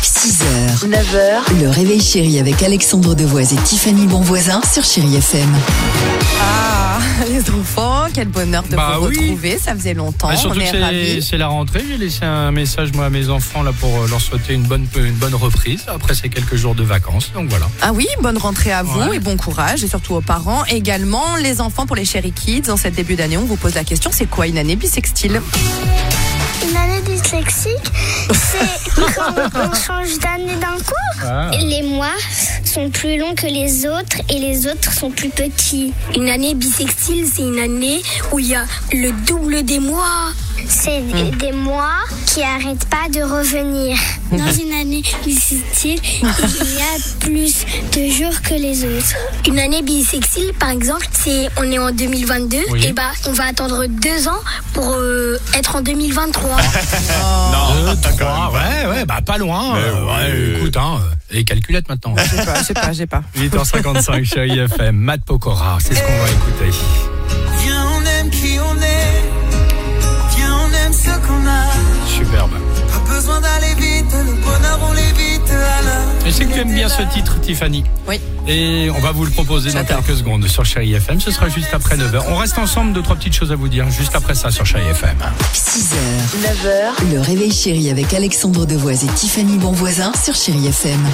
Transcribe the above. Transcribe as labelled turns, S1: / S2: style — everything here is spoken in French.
S1: 6h, 9h, le réveil chéri avec Alexandre Devoise et Tiffany Bonvoisin sur Chéri FM.
S2: Ah, les enfants, quel bonheur de
S3: Bah
S2: vous
S3: oui.
S2: retrouver. Ça faisait longtemps.
S3: Ah, surtout
S2: on
S3: que
S2: est
S3: c'est-
S2: ravis.
S3: c'est la rentrée. J'ai laissé un message moi à mes enfants là pour euh, leur souhaiter une bonne une bonne reprise après ces quelques jours de vacances. Donc voilà.
S2: Ah oui, bonne rentrée à vous
S3: Ouais.
S2: et bon courage et surtout aux parents. Également, les enfants pour les chéri kids. En cette début d'année, on vous pose la question c'est quoi une année bisextile
S4: Une année dyslexique, c'est quand on change d'année d'un cours. Les mois sont plus longs que les autres et les autres sont plus petits. Une année bisextile, c'est une année où il y a le double des mois. C'est des, des mois qui n'arrêtent pas de revenir. Dans une année bisextile, il y a plus de jours que les autres. Une année bisextile, par exemple, c'est on est en 2022,
S3: Oui.
S4: et bah on va attendre deux ans pour euh, être en 2023.
S3: Deux, trois, ouais, ouais, bah pas loin. euh, ouais, Écoute, hein, euh, et calculette maintenant.
S2: Je sais pas, je sais pas, j'ai pas.
S3: 8h55 Chéri FM, Matt Pokora, c'est ce qu'on va écouter.
S5: Viens, on aime qui on est. Viens, on aime ce qu'on a.
S3: Superbe.
S5: Pas besoin d'aller vite, le bonheur on l'évite alors.
S3: Je sais que tu aimes bien ce titre, Tiffany.
S2: Oui.
S3: Et on va vous le proposer dans
S2: J'adore.
S3: quelques secondes sur Chéri FM. Ce sera juste après 9h. On reste ensemble, deux, trois petites choses à vous dire juste après ça sur Chéri FM.
S1: 6h, 9h, le réveil chéri avec Alexandre Devoise et Tiffany Bonvoisin sur Chéri FM.